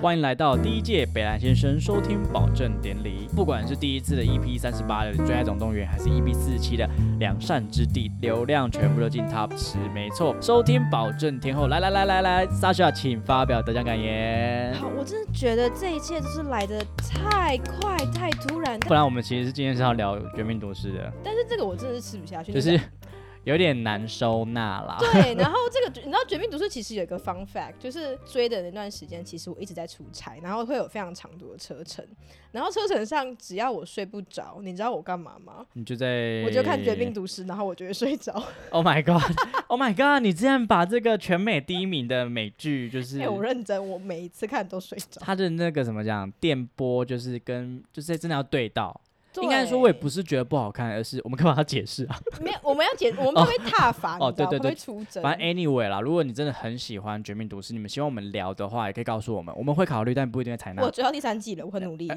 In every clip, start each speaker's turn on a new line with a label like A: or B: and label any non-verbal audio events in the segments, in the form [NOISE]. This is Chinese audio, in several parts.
A: 欢迎来到第一届北兰先生收听保证典礼。不管是第一次的 EP 三十八的《最爱总动员》，还是 EP 四十七的《两善之地》，流量全部都进 Top 十，没错。收听保证天后，来来来来来，Sasha，请发表得奖感言。
B: 好，我真的觉得这一切就是来的太快、太突然。
A: 不然我们其实是今天是要聊《绝命毒师》的，
B: 但是这个我真的是吃不下去。
A: 就
B: 那
A: 是
B: 个
A: 有点难收纳啦。 [LAUGHS]
B: 对，然后这个你知道《绝命毒师》其实有一个 fun fact，就是追的那段时间，其实我一直在出差，然后会有非常长途的车程，然后车程上只要我睡不着，你知道我干嘛吗？
A: 你就在
B: 我就看《绝命毒师》，然后我就会睡着。
A: Oh my god！Oh my god！你竟然把这个全美第一名的美剧，就是
B: 哎、我认真，我每一次看都睡着。
A: 它的那个怎么讲，电波就是跟就是真的要对到。 [LAUGHS] 应该说，我也不是觉得不好看，而是我们干嘛要解释啊？
B: 对没有，我们要解，我们会被踏伐，
A: 哦
B: 你知道
A: 对对对
B: 会被出征。
A: 反正 anyway 啦，如果你真的很喜欢《绝命毒师》，你们希望我们聊的话，也可以告诉我们，我们会考虑，但不一定会采纳
B: 我。追到第三季了，我很努
A: [LAUGHS]
B: 力。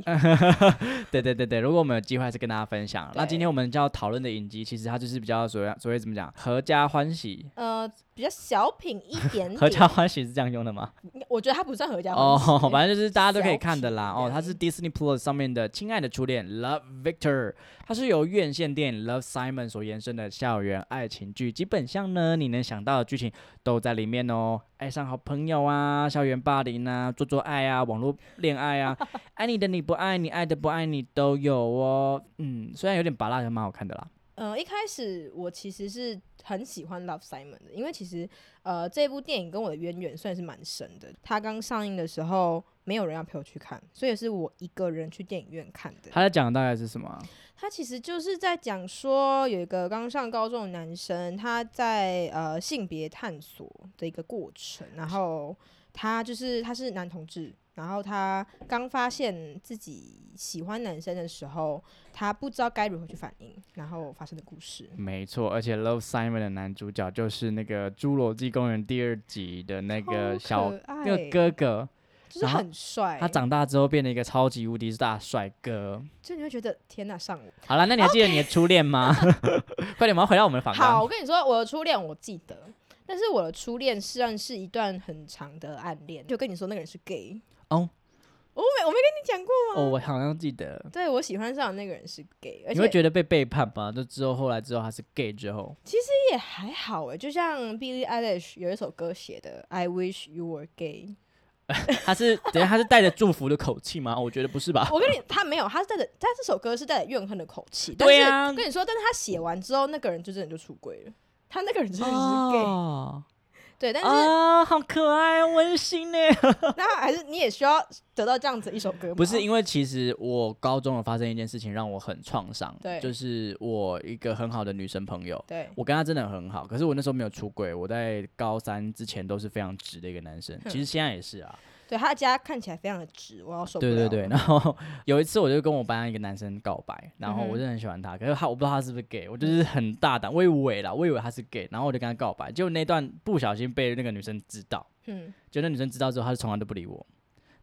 A: 对对对对，如果我们有机会，还是跟大家分享。那
B: 对
A: 今天我们就要讨论的影集，其实它就是比较所谓所谓怎么讲，合家欢喜。
B: 呃，比较小品一
A: [LAUGHS]
B: 点
A: 合家
B: 点，
A: 欢喜是这样用的吗？
B: 我觉得它不算合家欢 [LAUGHS] 喜
A: [LAUGHS] 哦，反正就是大家都可以
B: 小
A: 看的啦。
B: 品
A: 哦，它是 Disney Plus 上面的《亲爱的初恋》（Love Victor），它是由院线电影《Love Simon》所延伸的校园爱情剧，基本上呢，你能想到的剧情都在里面哦。爱上好朋友啊，校园霸凌啊，做做爱啊，网络恋爱
B: [LAUGHS]
A: 啊，爱你的你不爱你，爱的不爱你都有哦。嗯，虽然有点拔辣，也蛮好看的啦。
B: 呃，一开始我其实是很喜欢《Love Simon》的，因为其实呃这部电影跟我的渊源算是蛮深的。它刚上映的时候，没有人要陪我去看，所以是我一个人去电影院看的。
A: 他在讲的大概是什么啊？
B: 它其实就是在讲说，有一个刚上高中的男生，他在呃性别探索的一个过程，然后他就是他是男同志，然后他刚发现自己喜欢男生的时候，他不知道该如何去反应，然后发生的故事。
A: 没错，而且《Love Simon》的男主角就是那个《侏罗纪公园》第二集的那个
B: 超
A: 小
B: 可爱
A: 那个哥哥。
B: 就是
A: 然后
B: 很帅，
A: 他长大之后变得一个超级无敌大帅哥。
B: 就你会觉得天哪，上我。
A: 好了，那你还记得你的初恋吗？ [LAUGHS] 快点，我们要回到我们的访
B: 好，啊
A: 纲。
B: 我跟你说，我的初恋我记得，但是我的初恋实际上是一段很长的暗恋，就跟你说那个人是 gay。
A: 哦，
B: 我没我没跟你讲过吗？
A: 哦，我好像记得。
B: 对我喜欢上的那个人是 gay，而
A: 你会
B: 且
A: 觉得被背叛吗？就之后后来之后他是 gay 之后，
B: 也还好哎、就像 Billie Eilish 有一首歌写的 "I wish you were gay"，
A: 他是等一下他是带着祝福的口气吗？哦我觉得不是吧。
B: [LAUGHS] 我跟你他没有，他是带着他这首歌是带着怨恨的口气，但
A: 对
B: 是
A: 啊
B: 跟你说，但是他写完之后，那个人就真的就出轨了，他那个人真的是 gay，、
A: 哦，
B: 对，但是、
A: 啊，好可爱，温馨呢。
B: [LAUGHS] 然后还是你也需要得到这样子一首歌吗，
A: 不是因为其实我高中有发生一件事情让我很创伤，
B: 对
A: 就是我一个很好的女生朋友，
B: 对，
A: 我跟他真的很好，可是我那时候没有出轨，我在高三之前都是非常直的一个男生，其实现在也是啊。
B: 对，他的家看起来非常的直，我要受不
A: 对
B: 了。
A: 对
B: [LAUGHS]
A: 对，，然后 [LAUGHS] 有一次我就跟我班上一个男生告白，然后
B: 嗯哼
A: 我真的很喜欢他，可是他我不知道他是不是 gay，我就是很大胆，我以为啦，我以为他是 gay，然后我就跟他告白，结果那段不小心被那个女生知道，
B: 嗯，
A: 就那女生知道之后，她就从来都不理我。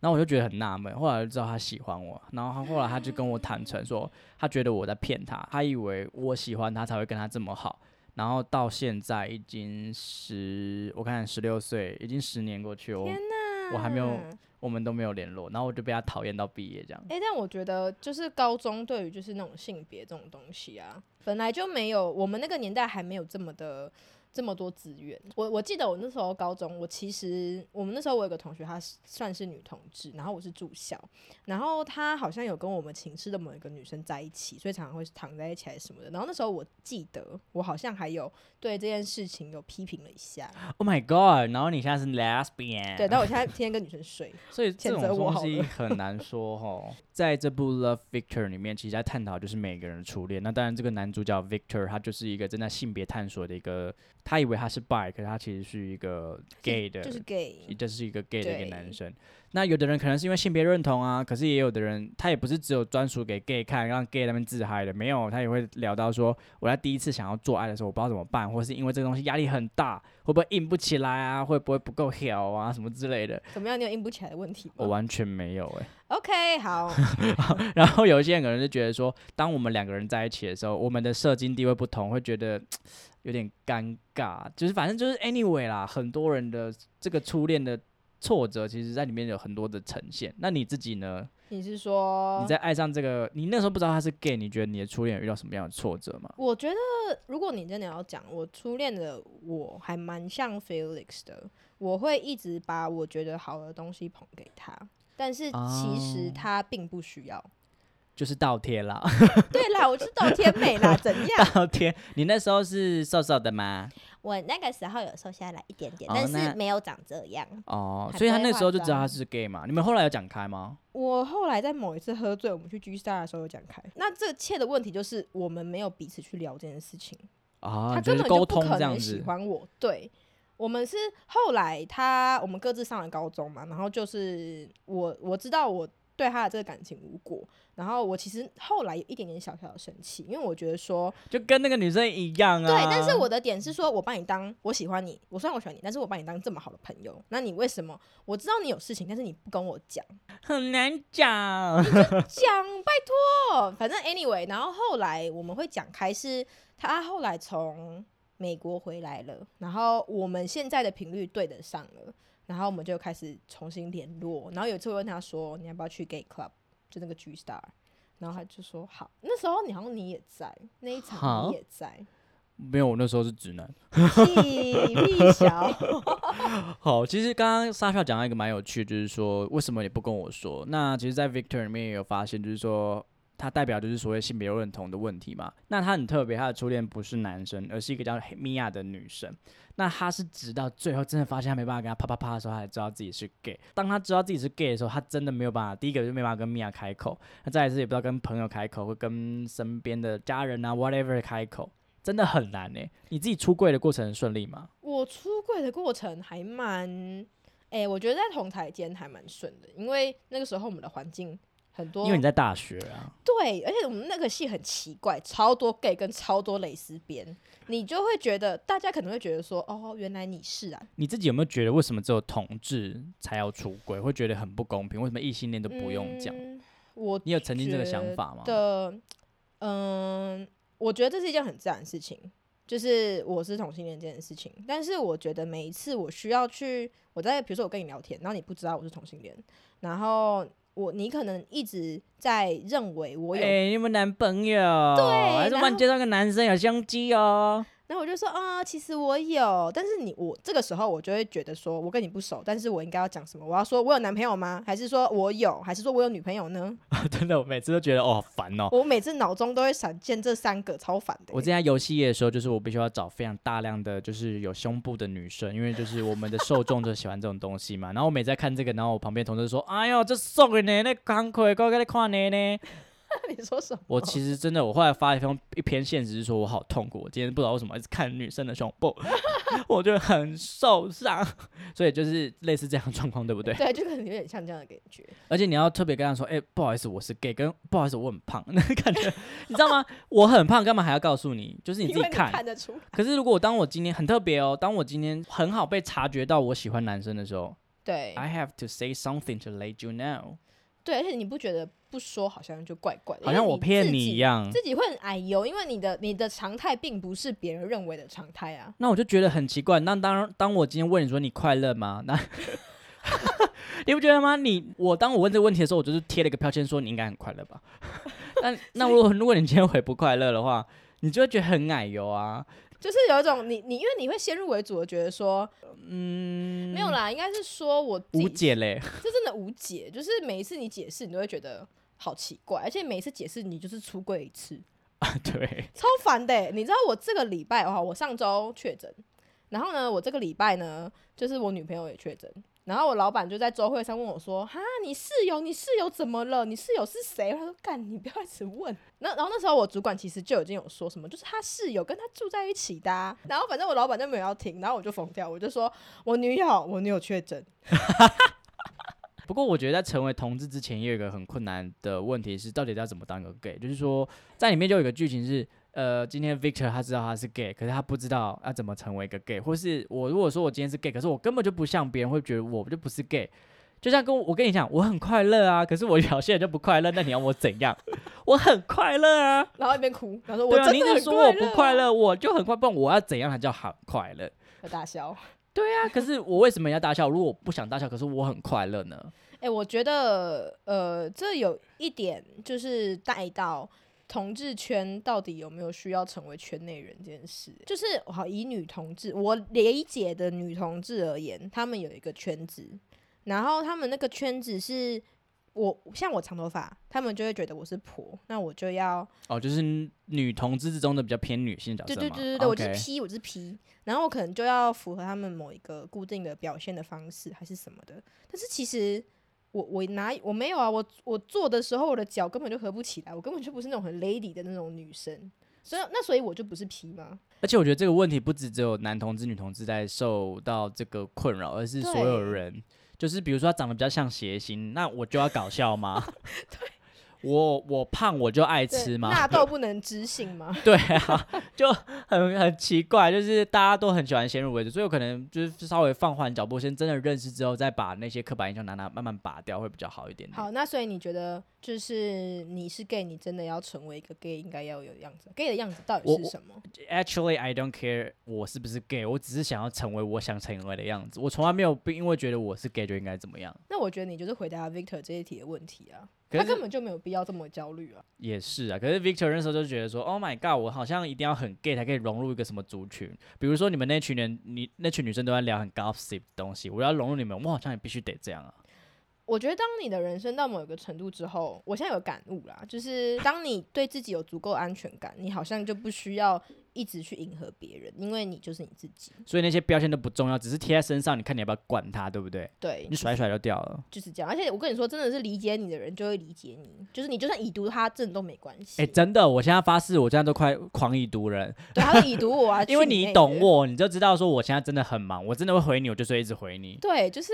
A: 然后我就觉得很纳闷，后来就知道她喜欢我，然后她后来她就跟我坦诚说，她觉得我在骗她，她以为我喜欢她才会跟她这么好。然后到现在已经十，我看十六岁，已经十年过去了，我
B: 天哪，
A: 我还没有
B: 哎、
A: 我们都没有联络，然后我就被她讨厌到毕业这样。
B: 但我觉得就是高中对于就是那种性别这种东西啊，本来就没有，我们那个年代还没有这么的。这么多资源，我我记得我那时候高中，我其实我们那时候我有个同学，她是算是女同志，然后我是住校，然后她好像有跟我们寝室的某一个女生在一起，所以常常会躺在一起还是什么的。然后那时候我记得，我好像还有对这件事情有批评了一
A: [LAUGHS]
B: 下，
A: Oh my god！然后你现在是 lesbian，
B: 对，但我现在天天跟女生睡，
A: 所以这
B: 谴
A: 种
B: 责我
A: 东
B: 好
A: 西
B: 了
A: 很难说吼。在这部《Love Victor》里面，其实在探讨就是每个人的初恋。那当然，这个男主角 Victor 他就是一个正在性别探索的一个他以为他是 bi，可是他其实是一个 gay 的，
B: [LAUGHS] 就是 gay，
A: 这是一个 gay 的一个
B: 对
A: 男生。那有的人可能是因为性别认同啊，可是也有的人他也不是只有专属给 gay 看，让 gay 他们自嗨的，没有，他也会聊到说，我在第一次想要做爱的时候，我不知道怎么办，或是因为这个东西压力很大，会不会硬不起来啊，会不会不够屌啊，什么之类的，
B: 怎么样？你有硬不起来的问题
A: 我
B: 吗
A: 完全没有哎、
B: ？OK，好，
A: [LAUGHS] 然后有一些人可能就觉得说，当我们两个人在一起的时候，我们的社经地位不同，会觉得有点尴尬。就是反正就是 anyway 啦，很多人的这个初恋的挫折，其实在里面有很多的呈现。那你自己呢？
B: 你是说
A: 你在爱上这个，你那时候不知道他是 gay，你觉得你的初恋有遇到什么样的挫折吗？
B: 我觉得，如果你真的要讲，我初恋的我还蛮像 Felix 的，我会一直把我觉得好的东西捧给他，但是其实
A: 哦
B: 他并不需要。 [LAUGHS]
A: 就是倒贴 [LAUGHS] 啦，
B: 对啦，我是豆天美啦，
A: [LAUGHS]
B: 怎样？
A: 倒贴。你那时候是瘦瘦的吗？
B: 我那个时候有瘦下来一点点，
A: 哦
B: 但
A: 那
B: 是没有长这样。
A: 哦，
B: 还
A: 所以他
B: 不会
A: 那时候
B: 化
A: 就知道他
B: 妆
A: 是 gay 嘛？你们后来有讲开吗？
B: 我后来在某一次喝醉，我们去 G Star 的时候有讲开。那这切的问题就是，我们没有彼此去聊这件事情。
A: 啊，
B: 他
A: 就
B: 根
A: 是
B: 本就
A: 沟
B: 不
A: 通
B: 可
A: 这样
B: 能喜
A: 子。
B: 欢我。对，我们是后来他我们各自上了高中嘛，然后就是我我知道我对他的这个感情无果，然后我其实后来有一点点小小的生气，因为我觉得说，
A: 就跟那个女生一样啊。
B: 对，但是我的点是说我把你当我喜欢你，我虽然我喜欢你，但是我把你当这么好的朋友，那你为什么我知道你有事情，但是你不跟我讲？
A: 很难讲。
B: 讲，拜托。反正 anyway，然后后来我们会讲开是他后来从美国回来了，然后我们现在的频率对得上了，然后我们就开始重新联络。然后有一次我问他说：“你要不要去 gay club？” 就那个 G Star。然后他就说好，那时候你好像你也在那一场，
A: 好
B: 你也在，
A: [LAUGHS] 没有，我那时候是直男。
B: 屁屁小，
A: 好，其实刚刚沙笑讲到一个蛮有趣，就是说为什么你不跟我说？那其实，在 Victor 里面也有发现，就是说他代表就是所谓性别认同的问题嘛。那他很特别，他的初恋不是男生，而是一个叫米娅的女生。那他是直到最后真的发现他没办法跟他啪啪啪的时候，他才知道自己是 gay。当他知道自己是 gay 的时候，他真的没有办法，第一个就没办法跟米娅开口，那再一次也不知道跟朋友开口，或跟身边的家人啊 whatever 开口，真的很难呢、你自己出柜的过程很顺利吗？
B: 我出柜的过程还蛮，哎、我觉得在同台间还蛮顺的，因为那个时候我们的环境很多，
A: 因为你在大学啊。
B: 对，而且我们那个戏很奇怪，超多 gay 跟超多蕾丝边，你就会觉得大家可能会觉得说，哦，原来你是啊，
A: 你自己有没有觉得为什么只有同志才要出轨，会觉得很不公平？为什么异性恋都不用讲？
B: 嗯我
A: 你有曾经这个想法吗？
B: 的，嗯、我觉得这是一件很自然的事情，就是我是同性恋这件事情。但是我觉得每一次我需要去，我在比如说我跟你聊天，然后你不知道我是同性恋，然后我你可能一直在认为我
A: 哎、
B: 有，
A: 你有没有男朋友？对还是
B: 然
A: 帮你
B: 后
A: 介绍个男生有相机哦。
B: 然后我就说啊、其实我有，但是你我这个时候我就会觉得说我跟你不熟，但是我应该要讲什么？我要说我有男朋友吗？还是说我有？还是说我有女朋友呢？
A: [LAUGHS] 真的，我每次都觉得哦，好烦哦。
B: 我每次脑中都会闪现这三个，超烦的欸、
A: 我之前在游戏业的时候，就是我必须要找非常大量的就是有胸部的女生，因为就是我们的受众就喜欢这种东西嘛。然后我每次在看这个，然后我旁边同事说：“哎呦，这送给你，那刚亏够给你看你呢。”
B: 你说什么？
A: 我其实真的，我后来发一篇一篇现实，是说我好痛苦，我今天不知道为什么一直看女生的胸
B: [LAUGHS]
A: 部，我就很受伤，所以就是类似这样的状况，对不对？
B: 对，就可能有点像这样的感觉。
A: [LAUGHS] 而且你要特别跟他说，哎、不好意思，我是 gay，跟不好意思，我很胖， [LAUGHS] 那个感觉，你知道吗？我很胖，干嘛还要告诉你？就是你
B: 因
A: 自己
B: 为你
A: 看。
B: 看得出来，
A: 可是如果我当我今天很特别哦，当我今天很好被察觉到我喜欢男生的时候
B: 对
A: ，I have to say something to let you know，
B: 对，而且你不觉得不说好像就怪怪的，
A: 好
B: 因为
A: 像我骗你
B: 你
A: 一
B: 自己。
A: 样。
B: 自己会很矮油，因为你的你的常态并不是别人认为的常态啊。
A: 那我就觉得很奇怪。那当当我今天问你说你快乐吗？那 [LAUGHS] 你不觉得吗？你我当我问这个问题的时候，我就是贴了一个标签说你应该很快乐吧。 [LAUGHS] 但那如果如果你今天回不快乐的话，你就会觉得很奶油啊。
B: 就是有一种你你因为你会先入为主的觉得说，嗯，没有啦，应该是说我自
A: 无
B: 己
A: 解嘞， [LAUGHS]
B: 这真的无解，就是每一次你解释，你都会觉得好奇怪，而且每一次解释你就是出柜一次，
A: 对，
B: 超烦的欸。你知道我这个礼拜哦，我上周确诊，然后呢，我这个礼拜呢，就是我女朋友也确诊，然后我老板就在周会上问我说：“哈，你室友，你室友怎么了？你室友是谁？”他说：“干，你不要一直问。”那然后那时候我主管其实就已经有说什么，就是他室友跟他住在一起的啊、然后反正我老板就没有要听，然后我就疯掉，我就说：“我女友，我女友确诊。
A: 不过我觉得在成为同志之前，也有一个很困难的问题是，到底要怎么当个 gay？就是说，在里面就有一个剧情是，呃，今天 Victor 他知道他是 gay，可是他不知道要怎么成为一个 gay，或是我如果说我今天是 gay，可是我根本就不像别人会觉得我就不是 gay。就像跟我我跟你讲，我很快乐啊，可是我表现就不快乐，那你要我怎样？我很快乐啊，”
B: 然后一边哭，然后说：“我
A: 对啊，
B: 真
A: 你一
B: 的
A: 直
B: 很
A: 说我
B: 快
A: 不
B: 乐。啊
A: 快乐，我就很快，不然我要怎样才叫很快乐？”
B: [LAUGHS] 我大笑。
A: 对啊，可是我为什么要大笑？如果我不想大笑，可是我很快乐呢？
B: 哎、我觉得呃，这有一点就是带到同志圈到底有没有需要成为圈内人这件事，就是好以女同志我理解的女同志而言，她们有一个圈子，然后她们那个圈子是。我像我长头发，她们就会觉得我是婆，那我就要
A: 哦，就是女同志之中的比较偏女性的角
B: 对
A: 色
B: 对
A: 嘛
B: 对对对，我就是
A: OK
B: P，我就是 P，然后我可能就要符合他们某一个固定的表现的方式还是什么的。但是其实我我哪我没有啊，我我做的时候我的脚根本就合不起来，我根本就不是那种很 lady 的那种女生，所以那所以我就不是 P 嘛。
A: 而且我觉得这个问题不止只有男同志、女同志在受到这个困扰，而是所有
B: 对
A: 人。就是比如说他长得比较像谐星，那我就要搞笑
B: [LAUGHS]
A: 吗？我我胖我就爱
B: 对
A: 吃吗？
B: 纳豆不能知性吗？
A: [LAUGHS]
B: [LAUGHS]
A: 对啊，就很很奇怪，就是大家都很喜欢先入为主，所以我可能就是稍微放缓脚步，先真的认识之后，再把那些刻板印象拿拿慢慢拔掉，会比较好一点点。
B: 好，那所以你觉得就是你是 gay，你真的要成为一个 gay 应该要有的样子，gay 的样子到底
A: 我
B: 是
A: 我
B: 什么？
A: Actually, I don't care 我是不是 gay，我只是想要成为我想成为的样子。我从来没有不因为觉得我是 gay 就应该怎么样。
B: 那我觉得你就是回答 Victor 这一题的问题啊，
A: 可
B: 他
A: 是
B: 根本就没有必要这么焦虑啊。
A: 也是啊，可是 Victor 那时候就觉得说，Oh my god，我好像一定要很 gay 才可以融入一个什么族群。比如说你们那群人，你那群女生都在聊很 gossip 的东西，我要融入你们，我好像也必须得这样啊。
B: 我觉得，当你的人生到某一个程度之后，我现在有感悟啦，就是当你对自己有足够安全感，你好像就不需要一直去迎合别人，因为你就是你自己。
A: 所以那些标签都不重要，只是贴在身上，你看你要不要管它，对不对？
B: 对
A: 你，甩一甩就掉了。
B: 就是这样。而且我跟你说，真的是理解你的人就会理解你，就是你就算已读他，真的都没关系。
A: 哎、真的，我现在发誓，我现在都快狂以毒人，
B: 对，他会已读我啊，
A: [LAUGHS] 因为
B: 去妹
A: 你
B: 的
A: 懂。我，你就知道说我现在真的很忙，我真的会回你，我就是会一直回你。
B: 对，就是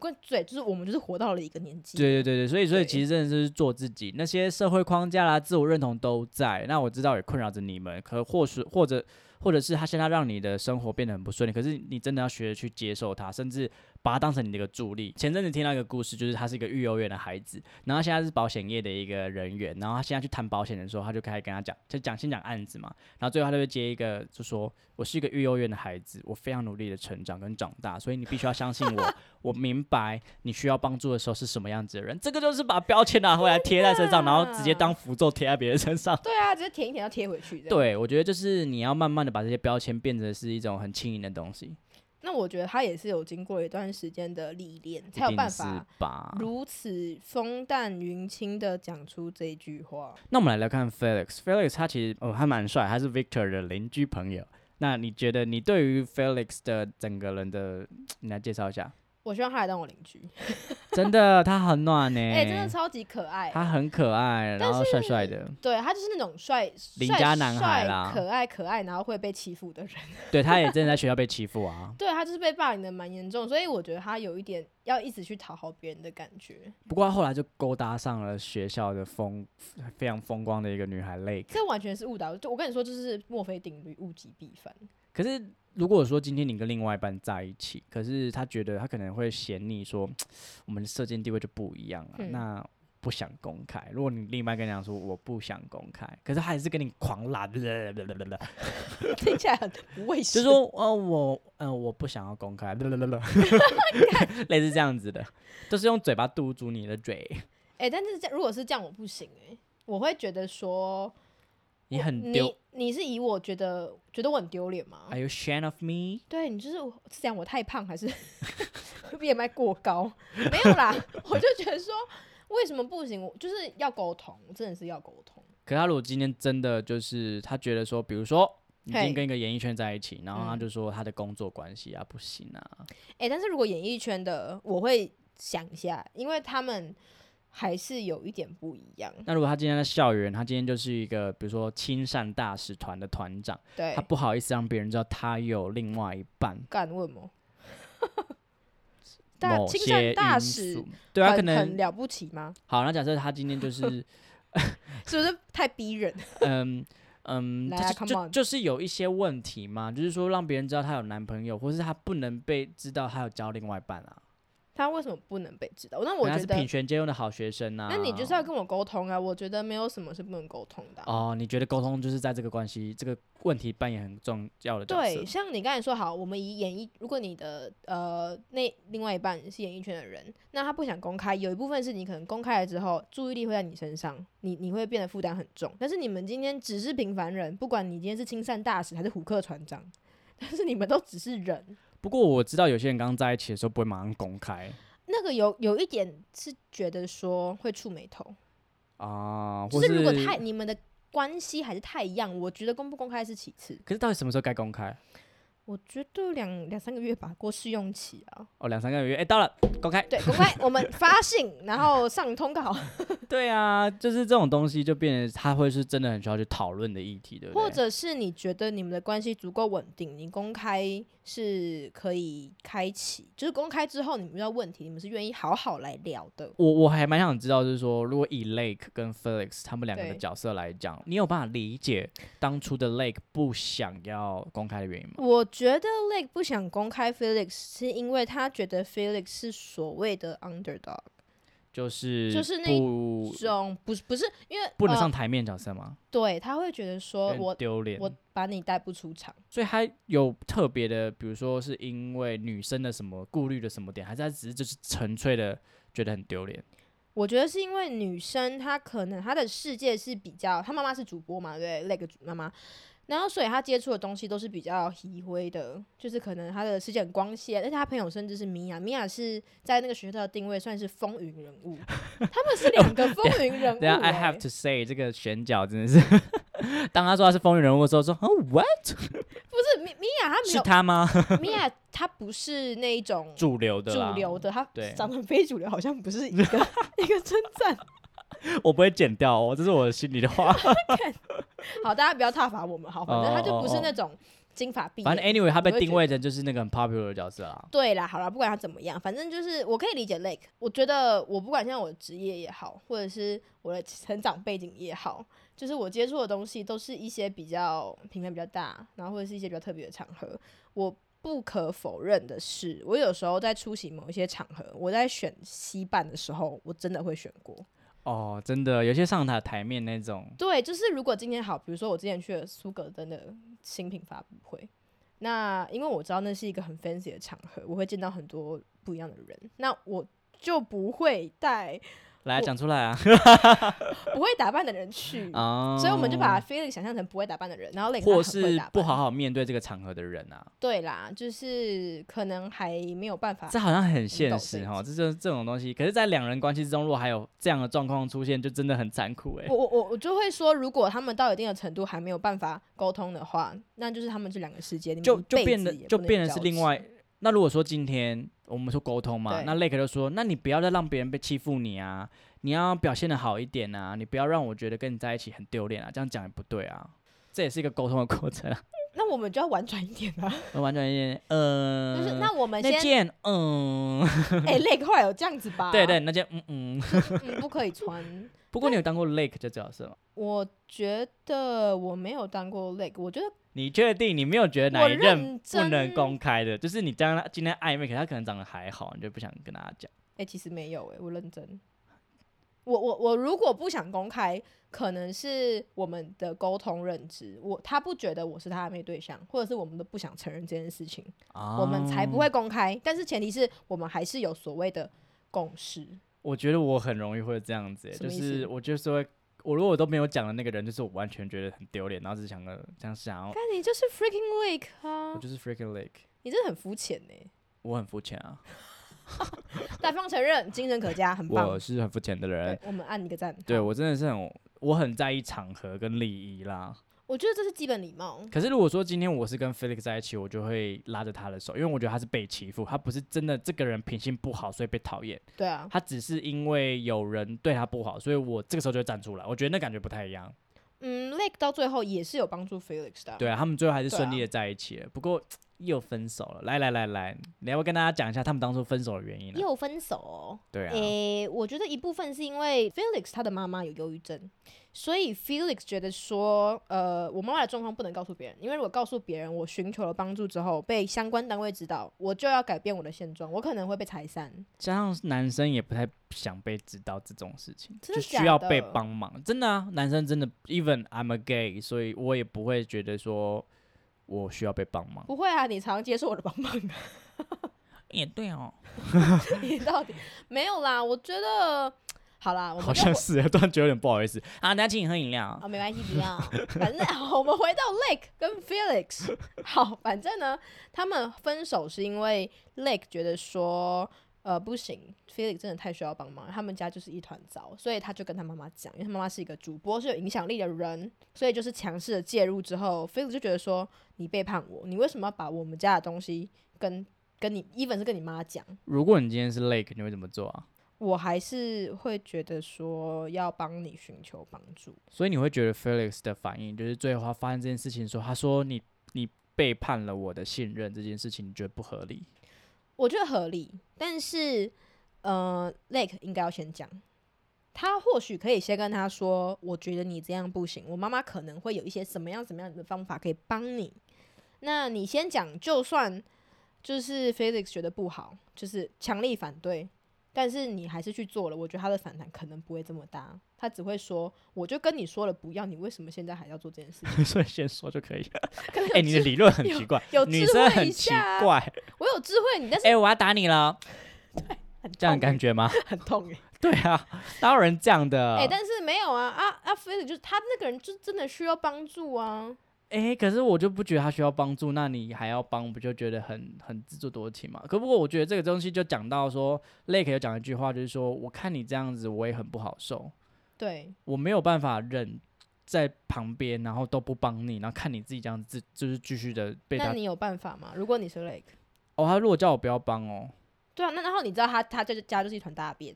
B: 跟对，就是我们就是活到了一个年纪。
A: 对对对对，所以所以
B: 对
A: 其实真的就是做自己，那些社会框架啦、自我认同都在。那我知道也困扰着你们，可或许或者或者是他现在让你的生活变得很不顺利，可是你真的要学着去接受它，甚至把它当成你的一个助力。前阵子听到一个故事，就是他是一个育幼院的孩子，然后现在是保险业的一个人员，然后他现在去谈保险的时候，他就开始跟他讲，就讲先讲案子嘛，然后最后他就会接一个，就说我是一个育幼院的孩子，我非常努力的成长跟长大，所以你必须要相信我， [LAUGHS] 我明白你需要帮助的时候是什么样子的人，这个就是把标签拿回来贴在身上，然后直接当符咒贴在别人身
B: [LAUGHS]
A: 上。
B: 对啊，只是舔一舔要贴回去。这样。
A: 对，我觉得就是你要慢慢的把这些标签变成是一种很轻盈的东西，
B: 那我觉得他也是有经过一段时间的历练，
A: 一
B: 才有
A: 定
B: 办
A: 是
B: 法
A: 吧？
B: 如此风淡云轻的讲出这句话。
A: 那我们来聊看 Felix。Felix 他其实哦，他蛮帅，他是 Victor 的邻居朋友。那你觉得你对于 Felix 的整个人的，你来介绍一下？
B: 我希望他来当我邻居，
A: 真的，他很暖欸呢、
B: 哎、真的超级可爱。
A: 他很可爱，然后帅帅
B: [LAUGHS]
A: 的，
B: 对他就是那种帅
A: 邻
B: 帅
A: 家男孩
B: 帅
A: 啦
B: 可爱可爱，然后会被欺负的人。 [LAUGHS]
A: 对，他也真的在学校被欺负啊。
B: 对他就是被霸凌的蛮严重，所以我觉得他有一点要一直去讨好别人的感觉。
A: 不过他后来就勾搭上了学校的风非常风光的一个女孩 Lake。
B: 这完全是误导，就我跟你说，就是墨菲定律，物极必反。 [LAUGHS]
A: 可是如果说今天你跟另外一半在一起，可是他觉得他可能会嫌你说我们的射箭地位就不一样啊，
B: 嗯
A: 那不想公开。如果你另一半跟你讲说我不想公开，可是他还是跟你狂
B: [LAUGHS]
A: 拉，就
B: 听起来很不卫生。
A: 是说呃我呃我不想要公开， [LAUGHS] 类似这样子的，就是用嘴巴堵住你的嘴，
B: 哎、但是这样如果是这样，我不行哎、我会觉得说
A: 你很丢
B: 你。你是以我觉得觉得我很丢脸吗？
A: Are you ashamed of me？
B: 对你就是我是讲我太胖还是 [LAUGHS] BMI 过高？没有啦，我就觉得说为什么不行？我就是要沟通，真的是要沟通。
A: 可是他如果今天真的就是他觉得说，比如说已经
B: 嘿
A: 跟一个演艺圈在一起，然后他
B: 嗯
A: 就说他的工作关系啊，不行啊，
B: 哎、但是如果演艺圈的，我会想一下，因为他们还是有一点不一样。
A: 那如果他今天在校园，他今天就是一个比如说亲善大使团的团长，
B: 对
A: 他，不好意思让别人知道他有另外一半，
B: 敢问吗？大
A: 某
B: 啊亲
A: 些
B: 善大
A: 因
B: 使
A: 素，对啊，
B: 很
A: 可
B: 很
A: 能
B: 了不起吗？
A: 好。那假设他今天就是
B: [LAUGHS] 是不是太逼人？ [LAUGHS]
A: 嗯。嗯，
B: 来
A: 他
B: 啊
A: 就
B: come
A: 就
B: on
A: 就是有一些问题嘛，就是说让别人知道她有男朋友，或是她不能被知道她有交另外一半啊。
B: 他为什么不能被知道？那
A: 人
B: 我
A: 家
B: 觉
A: 是
B: 得
A: 品，学兼优的好学生啊。
B: 那你就是要跟我沟通啊。我觉得没有什么是不能沟通的啊、
A: 哦，你觉得沟通就是在这个关系这个问题扮演很重要的角色
B: 对，？像你刚才说，好，我们以演艺，如果你的呃那另外一半是演艺圈的人，那他不想公开，有一部分是你可能公开了之后，注意力会在你身上，你你会变得负担很重。但是你们今天只是平凡人，不管你今天是亲善大使还是虎克船长，但是你们都只是人。
A: 不过我知道有些人刚在一起的时候不会马上公开
B: 那个有有一点是觉得说会触眉头，
A: 啊，
B: 就
A: 或
B: 是如果太你们的关系还是太一样，我觉得公不公开是其次。
A: 可是到底什么时候该公开？
B: 我觉得两两三个月吧，过试用期啊。
A: 哦，两三个月，哎、到了，公开。
B: 对，公开
A: [LAUGHS]
B: 我们发信，然后上通告，
A: 对啊，就是这种东西就变得它会是真的很需要去讨论的议题，对不对？
B: 或者是你觉得你们的关系足够稳定，你公开是可以开启，就是公开之后你们遇到问题，你们是愿意好好来聊的。
A: 我我还蛮想知道，就是说，如果以 Lake 跟 Felix 他们两个的
B: 对
A: 角色来讲，你有办法理解当初的 Lake 不想要公开的原因吗？
B: 我觉得 Lake 不想公开 Felix，是因为他觉得 Felix 是所谓的 underdog，
A: 就是
B: 就是那
A: 不
B: 这种不是不是因为
A: 不能上
B: 呃、
A: 台面角色吗？
B: 对，他会觉得
A: 有
B: 说
A: 点
B: 呃我
A: 丢脸，
B: 我把你带不出场。
A: 所以他有特别的，比如说是因为女生的什么顾虑的什么点，还是他只是就是纯粹的觉得很丢脸？
B: 我觉得是因为女生她可能她的世界是比较，她妈妈是主播嘛，对不对，那个主妈妈，然后所以她接触的东西都是比较稀微的，就是可能她的世界很光鲜，而且她朋友甚至是米娅，米娅是在那个学校的定位算是风云人
A: [LAUGHS]
B: 物，他们是两个风云人物、
A: 对啊，I
B: 欸
A: have to say 这个选角真的是， [LAUGHS] 当他说他是风云人物的时候，说哦 what
B: 不是米米娅，她没
A: 是
B: 有
A: 他吗？
B: 米娅，她不是那一种
A: 主流的啦
B: 主流的，她
A: 对
B: 长得非主流，好像不是
A: [LAUGHS]
B: 一个一个称赞。
A: 我不会剪掉哦，这是我心里的话。
B: 好，大家不要挞伐我们，好，反正她就不
A: 哦哦
B: 是
A: 哦
B: 那种金发碧眼
A: 反正 anyway，他
B: [LAUGHS] 你
A: 被
B: 会
A: 定
B: 觉
A: 位成就是那个很 popular 的角色啦。
B: 对啦，好啦，不管他怎么样，反正就是我可以理解 Lake。我觉得我不管现在我的职业也好，或者是我的成长背景也好，就是我接触的东西都是一些比较平台比较大，然后或者是一些比较特别的场合。我不可否认的是，我有时候在出席某一些场合，我在选西办的时候，我真的会选过。
A: 哦，真的，有些上台台面那种，
B: 对，就是如果今天好，比如说我之前去了苏格登的新品发布会，那因为我知道那是一个很 fancy 的场合，我会见到很多不一样的人，那我就不会带
A: 来讲出来啊。，
B: 不会打扮的人去
A: 哦，
B: 所以我们就把 Felix 想象成不会打扮的人，然后
A: 或
B: Lake 他很会
A: 是
B: 打扮
A: 不好好面对这个场合的人啊，
B: 对啦，就是可能还没有办法
A: 这好像很现
B: 懂
A: 实
B: 这一
A: 哈，这就是这种东西。可是，在两人关系之中，如果还有这样的状况出现，就真的很残酷哎、
B: 我我我我就会说，如果他们到一定的程度还没有办法沟通的话，那就是他们这两个世界，你们
A: 就
B: 一
A: 就
B: 辈
A: 变
B: 嗯子
A: 得
B: 也
A: 就
B: 不能
A: 变得
B: 交
A: 是另
B: 集
A: 外。那如果说今天我们说沟通嘛，
B: 对
A: 那 Lake 就说，那你不要再让别人被欺负你啊，你要表现的好一点啊，你不要让我觉得跟你在一起很丢脸啊，这样讲也不对啊，这也是一个沟通的过程啊。 [LAUGHS]
B: 那我们就要婉转一点啊，
A: 我完全一点，呃，
B: 就是那我们
A: 那
B: 先
A: 件，嗯，
B: [LAUGHS] 哎、l a k e 后来有这样子吧？
A: 对对，，那件，嗯嗯。
B: 嗯，不可以穿。
A: 不过你有当过 Lake 这角色吗？
B: 我觉得我没有当过 Lake，我觉得
A: 你确定你没有觉得哪
B: 我
A: 一任
B: 认
A: 不能
B: 真
A: 公开的？就是你当他今天暧昧，可是他可能长得还好，你就不想跟他讲。
B: 哎、其实没有哎、我认真。我我我如果不想公开，可能是我们的沟通认知，我他不觉得我是他暧昧对象，或者是我们都不想承认这件事情，我们才不
A: 哦。
B: 会公开。但是前提是我们还是有所谓的共识。
A: 我觉得我很容易会这样子、欸
B: 什
A: 就
B: 么意
A: 是
B: 思
A: 我就是会，我如果都没有讲的那个人，就是我完全觉得很丢脸，然后只是想个想想要，
B: 但你就是 freaking Lake
A: 哦
B: 啊
A: 我，就是 freaking Lake，
B: 你真的很肤浅呢。
A: 我很肤浅啊，
B: 大方承认，精神可嘉，很棒
A: 我。是很肤浅的人
B: 对，，我们按一个赞。
A: 对我真的是很，我很在意场合跟礼仪啦。
B: 我觉得这是基本礼貌。
A: 可是如果说今天我是跟 Felix 在一起，我就会拉着他的手，因为我觉得他是被欺负，他不是真的这个人品性不好所以被讨厌，
B: 对啊，
A: 他只是因为有人对他不好，所以我这个时候就会站出来。我觉得那感觉不太一样。
B: 嗯，Lake 到最后也是有帮助 Felix 的啊。
A: 对啊，他们最后还是
B: 对
A: 顺
B: 啊
A: 利的在一起了，不过又分手了。来来来来，你要不要跟大家讲一下他们当初分手的原因呢、
B: 又分手哦、
A: 对啊，
B: 诶、我觉得一部分是因为 Felix 他的妈妈有忧郁症，所以 Felix 觉得说，呃，我妈妈的状况不能告诉别人，因为如果告诉别人，我寻求了帮助之后被相关单位知道，我就要改变我的现状，我可能会被裁散。
A: 加上男生也不太想被知道这种事情，
B: 真
A: 就
B: 的
A: 需
B: 假
A: 要
B: 的
A: 被帮忙。真的啊，男生真的，even I'm a gay，所以我也不会觉得说我需要被帮忙。
B: 不会啊，你常接受我的帮忙啊， [LAUGHS]
A: 也对哦，
B: 你到底没有啦？我觉得，好啦，我
A: 好
B: 们
A: 像是， [LAUGHS] 突然觉得有点不好意思啊。那请你喝饮料
B: 啊、。没关系，不要。 [LAUGHS] 反正好，我们回到 Lake 跟 Felix。好，反正呢，他们分手是因为 Lake 觉得说，呃，不行，Felix 真的太需要帮忙，他们家就是一团糟，所以他就跟他妈妈讲，因为他妈妈是一个主播，是有影响力的人，所以就是强势的介入之后，Felix 就觉得说，你背叛我，你为什么要把我们家的东西跟跟你，even 是跟你妈讲？
A: 如果你今天是 Lake，你会怎么做啊？
B: 我还是会觉得说要帮你寻求帮助，
A: 所以你会觉得 Felix 的反应，就是最后他发现这件事情的时候，他说你你背叛了我的信任这件事情，你觉得不合理？ [LAUGHS]
B: 我觉得合理，但是呃，Lake 应该要先讲，他或许可以先跟他说，我觉得你这样不行，我妈妈可能会有一些什么样怎么样的方法可以帮你。那你先讲，就算就是 Felix 觉得不好，就是强力反对，但是你还是去做了，我觉得他的反弹可能不会这么大，他只会说，我就跟你说了不要，你为什么现在还要做这件事情？
A: 所以先说就可
B: [LAUGHS]
A: 以了。
B: 可能有
A: [LAUGHS] 哎、你
B: 智
A: 的理论很
B: 有
A: 奇怪，
B: 有
A: 女
B: 智
A: 生
B: 慧
A: 很
B: 一
A: 奇
B: 下啊
A: 怪。
B: 我有智慧，你但是
A: 哎、我要打你了，哎
B: 很
A: 这样
B: 痛欸
A: 感觉吗？
B: 很痛哎。
A: [LAUGHS] 对啊，哪有人这样的？
B: 哎、但是没有啊啊啊！菲利就是他那个人，就真的需要帮助啊。
A: 诶哎可是我就不觉得他需要帮助，那你还要帮，不就觉得很很自作多情嘛？可不过我觉得这个东西就讲到说，Lake 有讲一句话，就是说，我看你这样子，我也很不好受，
B: 对，
A: 我没有办法忍在旁边，然后都不帮你，然后看你自己这样子，就是继续的被
B: 那
A: 他。
B: 你有办法吗？如果你是 Lake，
A: 哦，他如果叫我不要帮哦，
B: 对啊，那然后你知道他他就家就是一团大便。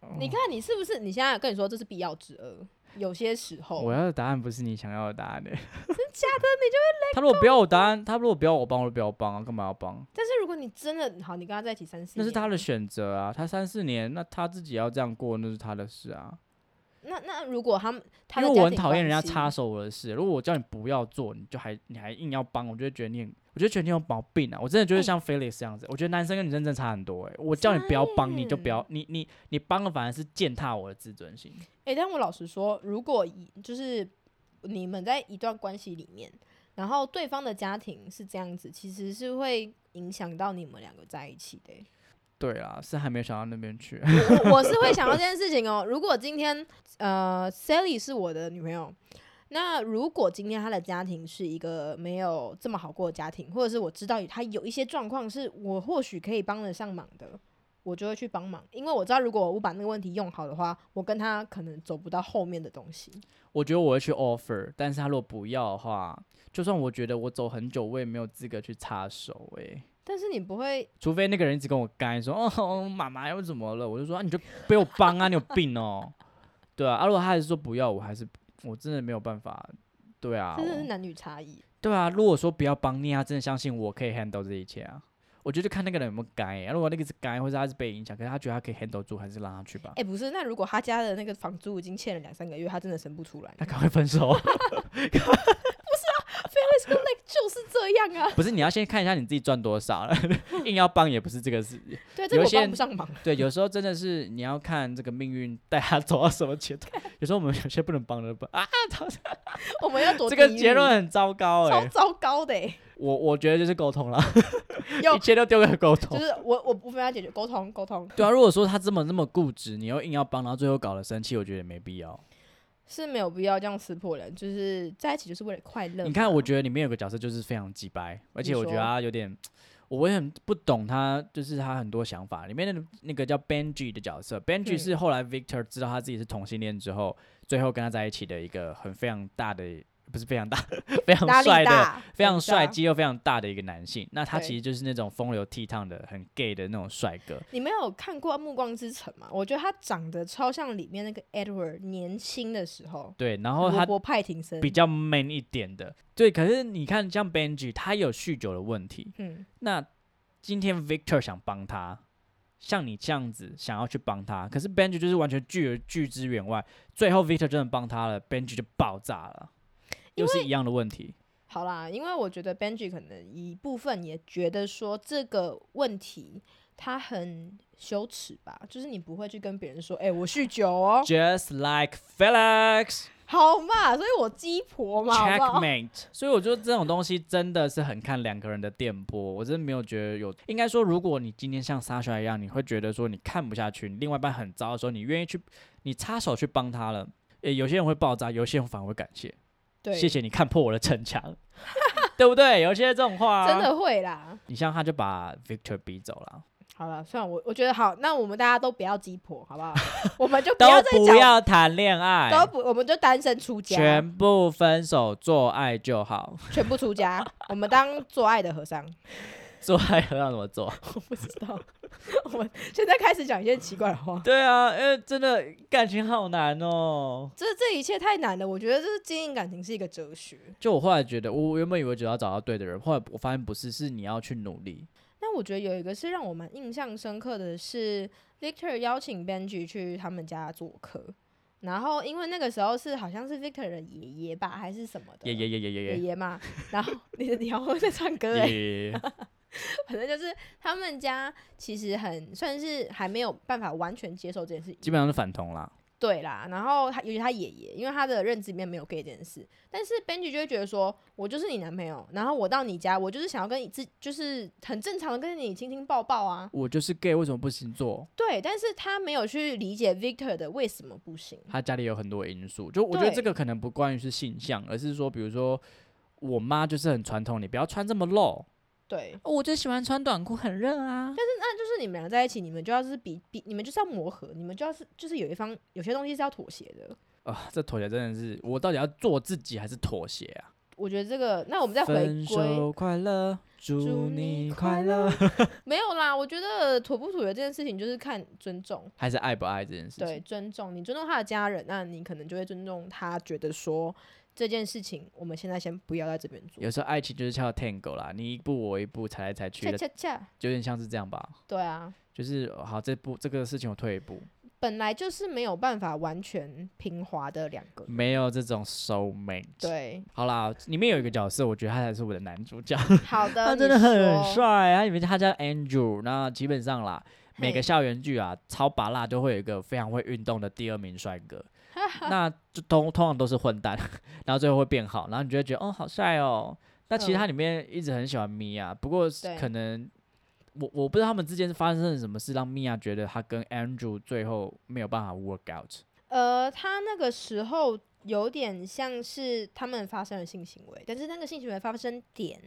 A: 哦
B: 你看你是不是？你现在跟你说这是必要之恶，有些时候
A: 我要的答案不是你想要的答案、哦欸，真假的？ [LAUGHS] 你就会他如果不要我答案，他如果不要我帮，我就不要帮啊，干嘛要帮？
B: 但是如果你真的好，你跟他在一起三四
A: 那
B: 年，
A: 是他的选择啊，他三四年，那他自己要这样过，那是他的事啊。
B: 那那如果他们，他
A: 因
B: 的
A: 为
B: 家
A: 我很
B: 庭
A: 讨厌人
B: 关
A: 家
B: 系
A: 插手我的事，如果我叫你不要做，你就还你还硬要帮，我就会觉得你很，我就觉得你有毛病啊！我真的觉得
B: 哎
A: 像 Felix 这样子，我觉得男生跟女生真的差很多哎、我叫你不要帮，你就不要，你你你帮了反而是践踏我的自尊心。
B: 诶，哎但我老实说，如果以就是你们在一段关系里面，然后对方的家庭是这样子，其实是会影响到你们两个在一起的、欸
A: 对啊，是还没想到那边去。 [LAUGHS]
B: 我我是会想到这件事情哦。如果今天呃，Sally 是我的女朋友，那如果今天她的家庭是一个没有这么好过的家庭，或者是我知道她有一些状况是我或许可以帮得上忙的，我就会去帮忙，因为我知道如果我把那个问题用好的话，我跟她可能走不到后面的东西。
A: 我觉得我会去 offer，但是他如果不要的话，就算我觉得我走很久，我也没有资格去插手哎、
B: 但是你不会，
A: 除非那个人一直跟我干说 [LAUGHS] 哦，妈妈又怎么了？我就说、啊、你就被我帮啊，你有病哦。 [LAUGHS] 对啊，啊如果他还是说不要，我还是我真的没有办法。对啊，
B: 这真的是
A: 我
B: 男女差异。
A: 对啊，如果说不要帮你，他真的相信我可以 handle 这一切啊。我觉得就看那个人有没有该、啊如果那个是该，或者他是被影响，可是他觉得他可以 handle 住，还是让他去吧。
B: 哎、不是，那如果他家的那个房租已经欠了两三个月，他真的生不出来，
A: 那赶快分
B: [LAUGHS]
A: 手！
B: 哎就是这样啊。
A: 不是，你要先看一下你自己赚多少
B: [LAUGHS]
A: 了，硬要帮也不是这个事。
B: 对，这
A: 有
B: 个我
A: 些
B: 帮
A: 人 [LAUGHS]
B: 不上忙。
A: 对，有时候真的是你要看这个命运带他走到什么阶段。有时候我们有些不能帮的帮啊，他
B: 我们要躲
A: 这个
B: 地狱
A: 结论很糟糕哎、
B: 超糟糕的、欸，
A: 我我觉得就是沟通了，
B: [LAUGHS]
A: [LAUGHS]
B: 要
A: 一切都丢给沟
B: 就
A: 通。
B: 是我我无法解决沟通沟通
A: 对啊，如果说他这么那么固执，你又硬要帮，然后最后搞得生气，我觉得也没必要。
B: 是没有必要这样撕破脸，就是在一起就是为了快乐嘛。
A: 你看，我觉得里面有个角色就是非常鸡掰，而且
B: 你
A: 我觉得
B: 说
A: 他有点，我也很不懂他，就是他很多想法。里面的那个叫 Benji 的角色，Benji
B: 嗯
A: 是后来 Victor 知道他自己是同性恋之后，最后跟他在一起的一个很非常大的不是非常大， [LAUGHS] 非
B: 哪
A: 常
B: 里
A: 帅的，
B: 大？
A: 非常帅，
B: 很大
A: 肌肉非常大的一个男性。那他
B: 对
A: 其实就是那种风流倜傥的、很 gay 的那种帅哥。
B: 你没有看过《暮光之城》吗？我觉得他长得超像里面那个 Edward 年轻的时候，
A: 对，然后
B: 罗
A: 他
B: 伯派廷森
A: 比较 man 一点的。对，可是你看，像 Benji，他有酗酒的问题。
B: 嗯，
A: 那今天 Victor 想帮他，像你这样子想要去帮他，可是 Benji 就是完全拒而拒之远外。最后 Victor 真的帮他了，Benji 就爆炸了，又是一样的问题。
B: 好啦，因为我觉得 Benji 可能一部分也觉得说这个问题他很羞耻吧，就是你不会去跟别人说，哎、我酗酒哦，
A: Just like Felix
B: 好嘛，所以我鸡婆嘛，好不好？
A: checkmate，所以我觉得这种东西真的是很看两个人的电波。我真的没有觉得有，应该说，如果你今天像 Sasha 一样，你会觉得说你看不下去，你另外一半很糟的时候，你愿意去，你插手去帮他了。诶，有些人会爆炸，有些人反而会感谢。
B: 对，
A: 谢谢你看破我的城墙， [LAUGHS] 对不对？有一些这种话、啊
B: 真，的会啦。
A: 你像他就把 Victor 逼走
B: [LAUGHS]
A: 了，
B: 好了，算了我我觉得好，那我们大家都不要鸡婆，好不 [LAUGHS] 好？我们就不
A: 都
B: 要再
A: 不
B: 讲，
A: 要谈恋爱，
B: 都不，我们就单身出家，
A: 全部分手，做爱就好。 [LAUGHS]
B: 全部出 [LAUGHS] 家，我们当做爱的和尚。
A: 做爱要怎么做？
B: 我不知道， [LAUGHS] 我们现在开始讲一些奇怪的
A: [LAUGHS]
B: 话。
A: 对啊，因为真的感情好难哦。
B: 这这一切太难了，我觉得这是经营感情是一个哲学。
A: 就我后来觉得，我我原本以为只要找到对的人，后来我发现不是，是你要去努力。
B: 但我觉得有一个是让我蛮印象深刻的是，Victor 邀请 Benji 去他们家做客，然后因为那个时候是好像是 Victor 的爷爷吧，还是什么的
A: 耶耶耶耶耶
B: 爷
A: 耶
B: 爷嘛，然
A: [LAUGHS]
B: 后你你好像在唱歌哎、
A: 耶耶！
B: 反正就是他们家其实很算是还没有办法完全接受这件事情，
A: 基本上是反同啦。
B: 对啦，然后他尤其他爷爷，因为他的认知里面没有 gay 这件事，但是 Benji 就会觉得说，我就是你男朋友，然后我到你家，我就是想要跟你自，就是很正常的跟你亲亲抱抱啊。
A: 我就是 gay，为什么不行做？
B: 对，但是他没有去理解 Victor 的为什么不行。
A: 他家里有很多因素，就我觉得
B: 对
A: 这个可能不关于是性向，而是说，比如说我妈就是很传统，你不要穿这么露，
B: 对，
A: 哦我就喜欢穿短裤，很热啊。
B: 那就是你们俩在一起，你们就要是比比，你们就是要磨合，你们就要是就是有一方有些东西是要妥协的。
A: 啊，这妥协真的是，我到底要做自己还是妥协啊？
B: 我觉得这个，那我们再回
A: 分
B: 归，
A: 手快乐，祝你快乐， [LAUGHS]
B: 没有啦。我觉得妥不妥协这件事情就是看尊重。
A: 还是爱不爱这件事情。
B: 对，尊重你尊重他的家人，那你可能就会尊重他，觉得说这件事情我们现在先不要在这边做
A: 有。时候爱情就是跳 tango 啦，你一步我一步，踩来踩去
B: 恰
A: 的，
B: 恰恰，
A: 有点像是这样吧。
B: 对啊，
A: 就是哦好，这步这个事情我退一步，
B: 本来就是没有办法完全平滑的两个人。
A: 没有这种 soul mate。， [LAUGHS]
B: 对，
A: 好啦，里面有一个角色，我觉得他才是我的男主角。
B: 好的，
A: [LAUGHS] 他
B: 你
A: 真的很
B: 说。
A: 帅，他以为他叫 Andrew。那基本上啦，每个
B: 嘿
A: 校园剧啊，超拔辣都会有一个非常会运动的第二名帅
B: [LAUGHS]
A: 哥，那就通通常都是混蛋， [LAUGHS] 然后最后会变好，然后你就会觉得哦，好帅哦。那其实
B: 嗯
A: 他里面一直很喜欢米娅，不过是
B: 对
A: 可能我我不知道他们之间是发生了什么事，让米娅觉得他跟 Andrew 最后没有办法 work out。
B: 呃，他那个时候有点像是他们发生了性行为，但是那个性行为发生点，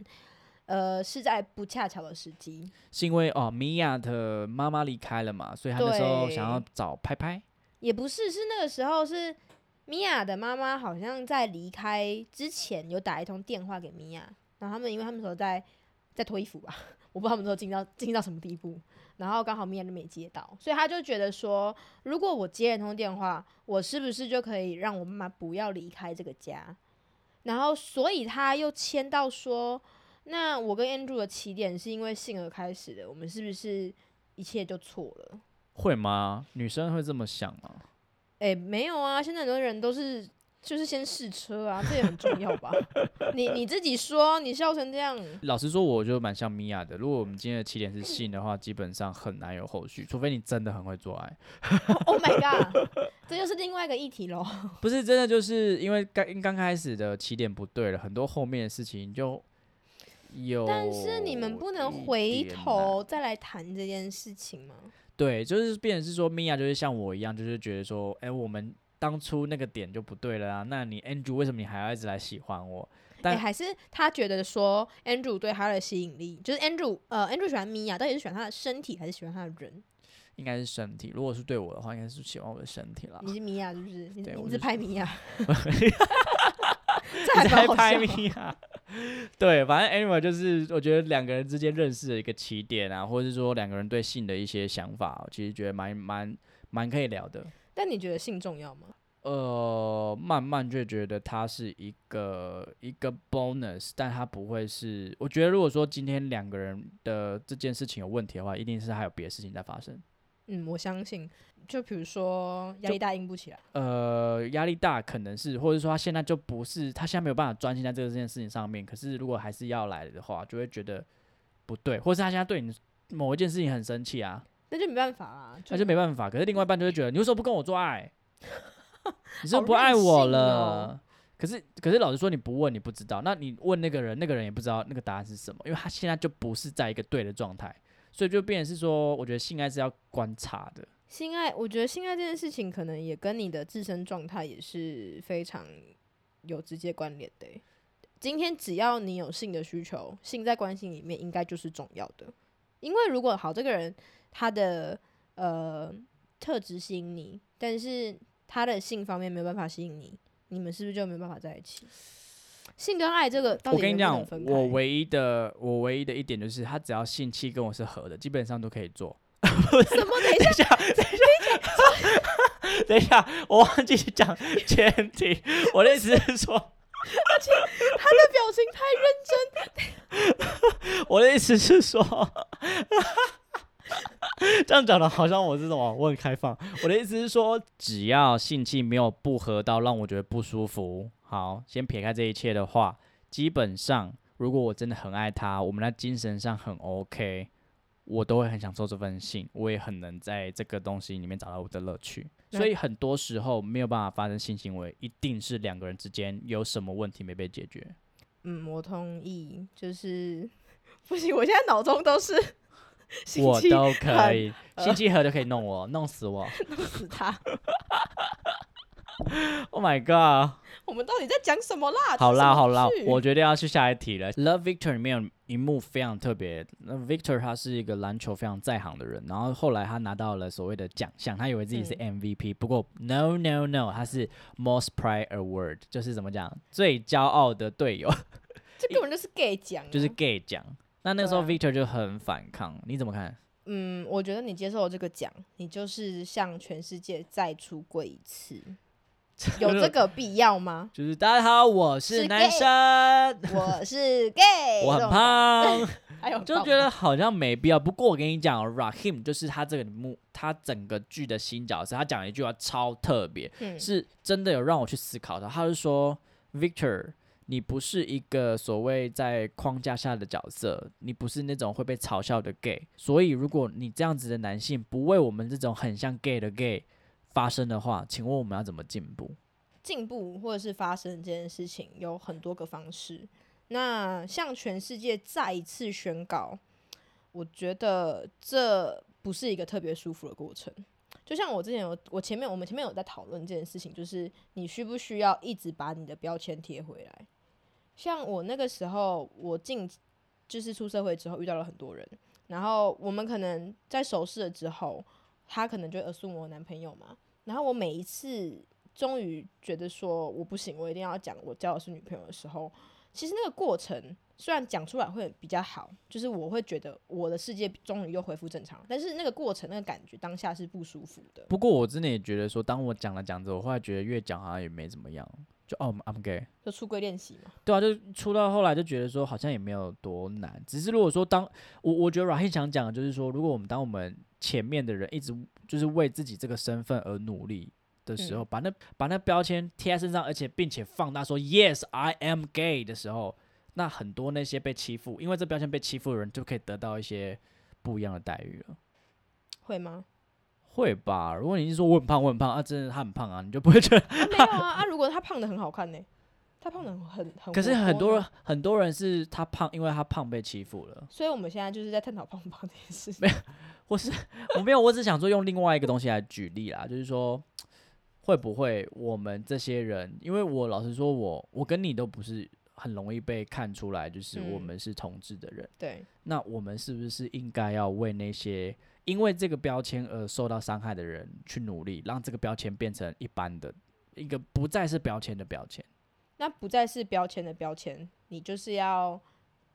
B: 呃，是在不恰巧的时机。
A: 是因为哦，米娅的妈妈离开了嘛，所以他那时候想要
B: 对
A: 找拍拍，
B: 也不是，是那个时候是米娅的妈妈好像在离开之前有打一通电话给米娅，然后他们因为他们那时候在在脱衣服吧，我不知道他们那时候进到进到什么地步，然后刚好米娅就没接到，所以他就觉得说，如果我接了通电话，我是不是就可以让我妈妈不要离开这个家？然后所以他又签到说，那我跟 Andrew 的起点是因为性而开始的，我们是不是一切就错了？
A: 会吗？女生会这么想吗？
B: 哎、没有啊，现在很多人都是就是先试车啊，这也很重要
A: [LAUGHS]
B: 吧？你你自己说，你笑成这样，
A: 老实说，我觉得蛮像米娅的。如果我们今天的起点是性的话，基本上很难有后续，除非你真的很会做爱。
B: Oh my god，这就是另外一个议题喽。
A: 不是真的，就是因为刚刚开始的起点不对了，很多后面的事情就有。
B: 但是你们不能回头。再来谈这件事情吗？
A: 对，就是变成是说，米娅就是像我一样，就是觉得说，哎、我们当初那个点就不对了啊。那你 Andrew 为什么你还要一直来喜欢我？
B: 哎、
A: 但
B: 还是他觉得说 Andrew 对他的吸引力，就是 Andrew 呃 Andrew 喜欢米娅，到底是喜欢他的身体还是喜欢他的人？
A: 应该是身体，如果是对我的话，应该是喜欢我的身体啦。
B: [LAUGHS] 你是米娅是不是？你
A: 对
B: 你
A: 我
B: 是
A: 是
B: 拍米娅，还
A: 在
B: 蛮好
A: 拍
B: 笑。
A: 米啊？ [LAUGHS] 对，反正 anyway 就是我觉得两个人之间认识的一个起点啊，或者是说两个人对性的一些想法，其实觉得蛮蛮蛮可以聊的。
B: 但你觉得性重要吗？
A: 呃，慢慢就觉得它是一个一个 bonus，但它不会是。我觉得如果说今天两个人的这件事情有问题的话，一定是还有别的事情在发生。
B: 嗯，我相信。就比如说压
A: 就
B: 力大硬不起来，
A: 呃，压力大可能是，或者说他现在就不是，他现在没有办法专心在这个这件事情上面。可是如果还是要来的话，就会觉得不对，或是他现在对你某一件事情很生气啊，
B: 那就没办法啦。
A: 那就没办法。可是另外一半就会觉得，你为什么不跟我做
B: [LAUGHS]
A: 爱？你是不是
B: 好
A: 不爱
B: 任
A: 我
B: 性
A: 了？
B: 哦
A: 可是可是老实说，你不问你不知道，那你问那个人，那个人也不知道那个答案是什么，因为他现在就不是在一个对的状态，所以就变成是说，我觉得性爱是要观察的。
B: 性爱，我觉得性爱这件事情可能也跟你的自身状态也是非常有直接关联的欸、今天只要你有性的需求，性在关系里面应该就是重要的，因为如果好这个人他的呃特质吸引你，但是他的性方面没有办法吸引你，你们是不是就没有办法在一起？性跟爱这个到
A: 我
B: 底
A: 跟你
B: 能不
A: 讲
B: 能分，开？
A: 我唯一的我唯一的一点就是，他只要性气跟我是合的，基本上都可以做。
B: [LAUGHS] 什么？等一下
A: 等一下，等一下， [LAUGHS] 我忘记讲前提。我的意思是说，
B: 他的表情太认
A: 我的意思是说， [LAUGHS] 这样讲的好像我是什么，我很开放。我的意思是说，只要性气没有不合到让我觉得不舒服，好，先撇开这一切的话，基本上如果我真的很爱他，我们在精神上很 OK，我都会很享受这份性，我也很能在这个东西里面找到我的乐趣。
B: 那
A: 所以很多时候没有办法发生性行为，一定是两个人之间有什么问题没被解决。
B: 嗯，我同意，就是 [LAUGHS] 不行，我现在脑中
A: [LAUGHS]
B: 都是星
A: 我
B: 期
A: 都可
B: 很呃
A: 以，星期合就可以弄
B: [LAUGHS]
A: 我，弄死我。
B: 弄死他。
A: Oh my god！
B: 我们到底在讲什么啦？
A: 好
B: 啊这是什
A: 啦
B: 么
A: 好啦
B: 剧，
A: 我决定要去下一题了。Love Victor 里面有一幕非常特别，那 Victor 他是一个篮球非常在行的人，然后后来他拿到了所谓的奖项，他以为自己是
B: 嗯
A: MVP，、不过 No No No，他是 Most Pride Award，就是怎么讲最骄傲的队
B: 嗯
A: 友，
B: 这根本就是 gay 讲啊，
A: 就是 gay 奖。那那个时候
B: 对啊
A: Victor 就很反抗，你怎么看？
B: 嗯，我觉得你接受了这个奖，你就是向全世界再出柜一
A: [LAUGHS]
B: 次，有这个必要吗？
A: 就是大家好，我是
B: 是
A: 男
B: gay
A: 生，
B: 我是 gay，
A: 我很
B: 这种哎感
A: 胖。
B: 觉，还有
A: 就
B: 棒
A: 觉得
B: 吗
A: 好像没必要。不过我跟你讲、哦、，Rahim 就是他这个幕，他整个剧的新角色，他讲了一句话超特别，
B: 嗯
A: 是真的有让我去思考的。他是说，Victor，你不是一个所谓在框架下的角色，你不是那种会被嘲笑的 gay。所以，如果你这样子的男性不为我们这种很像 gay 的 gay 发声的话，请问我们要怎么进步？
B: 进步或者是发生这件事情有很多个方式。那向全世界再一次宣告，我觉得这不是一个特别舒服的过程。就像我之前有，我前面我们前面有在讨论这件事情，就是你需不需要一直把你的标签贴回来？像我那个时候，我进就是出社会之后遇到了很多人，然后我们可能在熟识了之后，他可能就 assume 我男朋友嘛，然后我每一次终于觉得说我不行，我一定要讲我交的是女朋友的时候，其实那个过程虽然讲出来会比较好，就是我会觉得我的世界终于又恢复正常了，但是那个过程那个感觉当下是不舒服的。
A: 不过我真的也觉得说，当我讲了讲着，我后来觉得越讲好像也没怎么样，就哦，I'm gay。
B: 就出柜练习嘛，
A: 对啊，就出到后来就觉得说好像也没有多难，只是如果说当我我觉得 Rahim 想讲的就是说，如果我们当我们前面的人一直就是为自己这个身份而努力的时
B: 嗯
A: 候，把那把那标签贴在身上，而且并且放大说 Yes I am gay 的时候，那很多那些被欺负，因为这标签被欺负的人就可以得到一些不一样的待遇了。
B: 会吗？
A: 会吧？如果你是说我很胖，我很胖啊，真的他很胖啊，你就不会觉得。
B: 啊、没有啊啊！如果他胖的很好看呢、他胖的很很，
A: 可是
B: 活泼
A: 很多人
B: 呢，
A: 很多人是他胖，因为他胖被欺负了。
B: 所以我们现在就是在探讨胖不胖这件事情。
A: 我是我没有，我只想说用另外一个东西来举例啦，就是说会不会我们这些人，因为我老实说我，我跟你都不是很容易被看出来，就是我
B: 嗯
A: 们是同志的人，
B: 对，
A: 那我们是不是应该要为那些因为这个标签而受到伤害的人去努力，让这个标签变成一般的一个不再是标签的标签？
B: 那不再是标签的标签，你就是要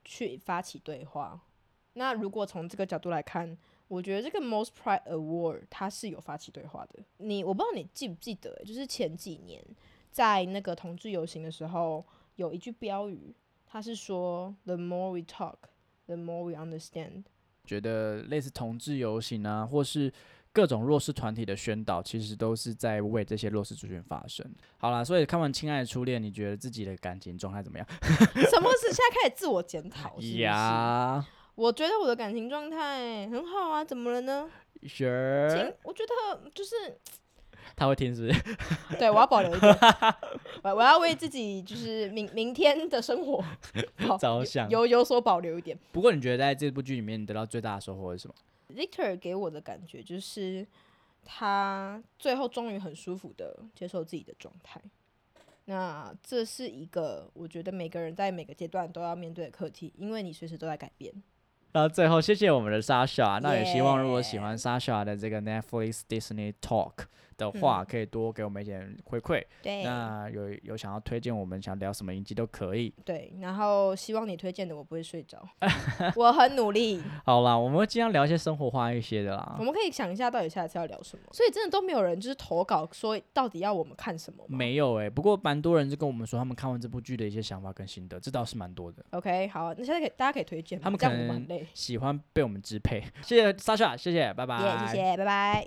B: 去发起对话。那如果从这个角度来看，我觉得这个 Most Pride Award 它是有发起对话的。你我不知道你记不记得，欸就是前几年在那个同志游行的时候，有一句标语，它是说 “The more we talk, the more we understand”。 [LAUGHS]
A: 觉得类似同志游行啊，或是各种弱势团体的宣导，其实都是在为这些弱势族群发声。好啦，所以看完《亲爱的初恋》，你觉得自己的感情状态怎么样？
B: 什么是现在开始自我检讨？是不是
A: 哎呀
B: 我觉得我的感情状态很好啊，怎么了呢？
A: ，Sure，
B: 情，我觉得就是
A: 他会听是不是？
B: 对我要保留
A: [LAUGHS]
B: 一点，我我要为自己就是明明天的
A: [LAUGHS]
B: 生活好
A: 着想
B: 有有所保留一点。
A: 不过你觉得在这部剧里面你得到最大的收获是什么？
B: Victor 给我的感觉就是，他最后终于很舒服的接受自己的状态。那这是一个我觉得每个人在每个阶段都要面对的课题，因为你随时都在改变。
A: 然后最后，谢谢我们的 Sasha。那啊也希望如果喜欢 Sasha 的这个 Netflix Disney Talk 的话，可以多给我们一点回馈。
B: 对
A: 那有有想要推荐我们想聊什么影集都可以。
B: 对，然后希望你推荐的我不会睡
A: [LAUGHS]
B: 着， [LAUGHS] 我很努力。
A: 好啦，我们会尽量聊一些生活化一些的啦
B: 我。们可以想一下到底下一次要聊什么。所以真的都没有人就是投稿说到底要我们看什么吗
A: 没有诶、欸不过蛮多人就跟我们说他们看完这部剧的一些想法跟心得，这倒是蛮多的。
B: ？OK，好，那现在可以大家可以推荐吗，
A: 他们
B: 这
A: 可
B: 样我们
A: 能
B: 很累。
A: 喜欢被我们支配，谢谢 Sasha，谢谢，拜拜。
B: 耶谢谢，拜拜。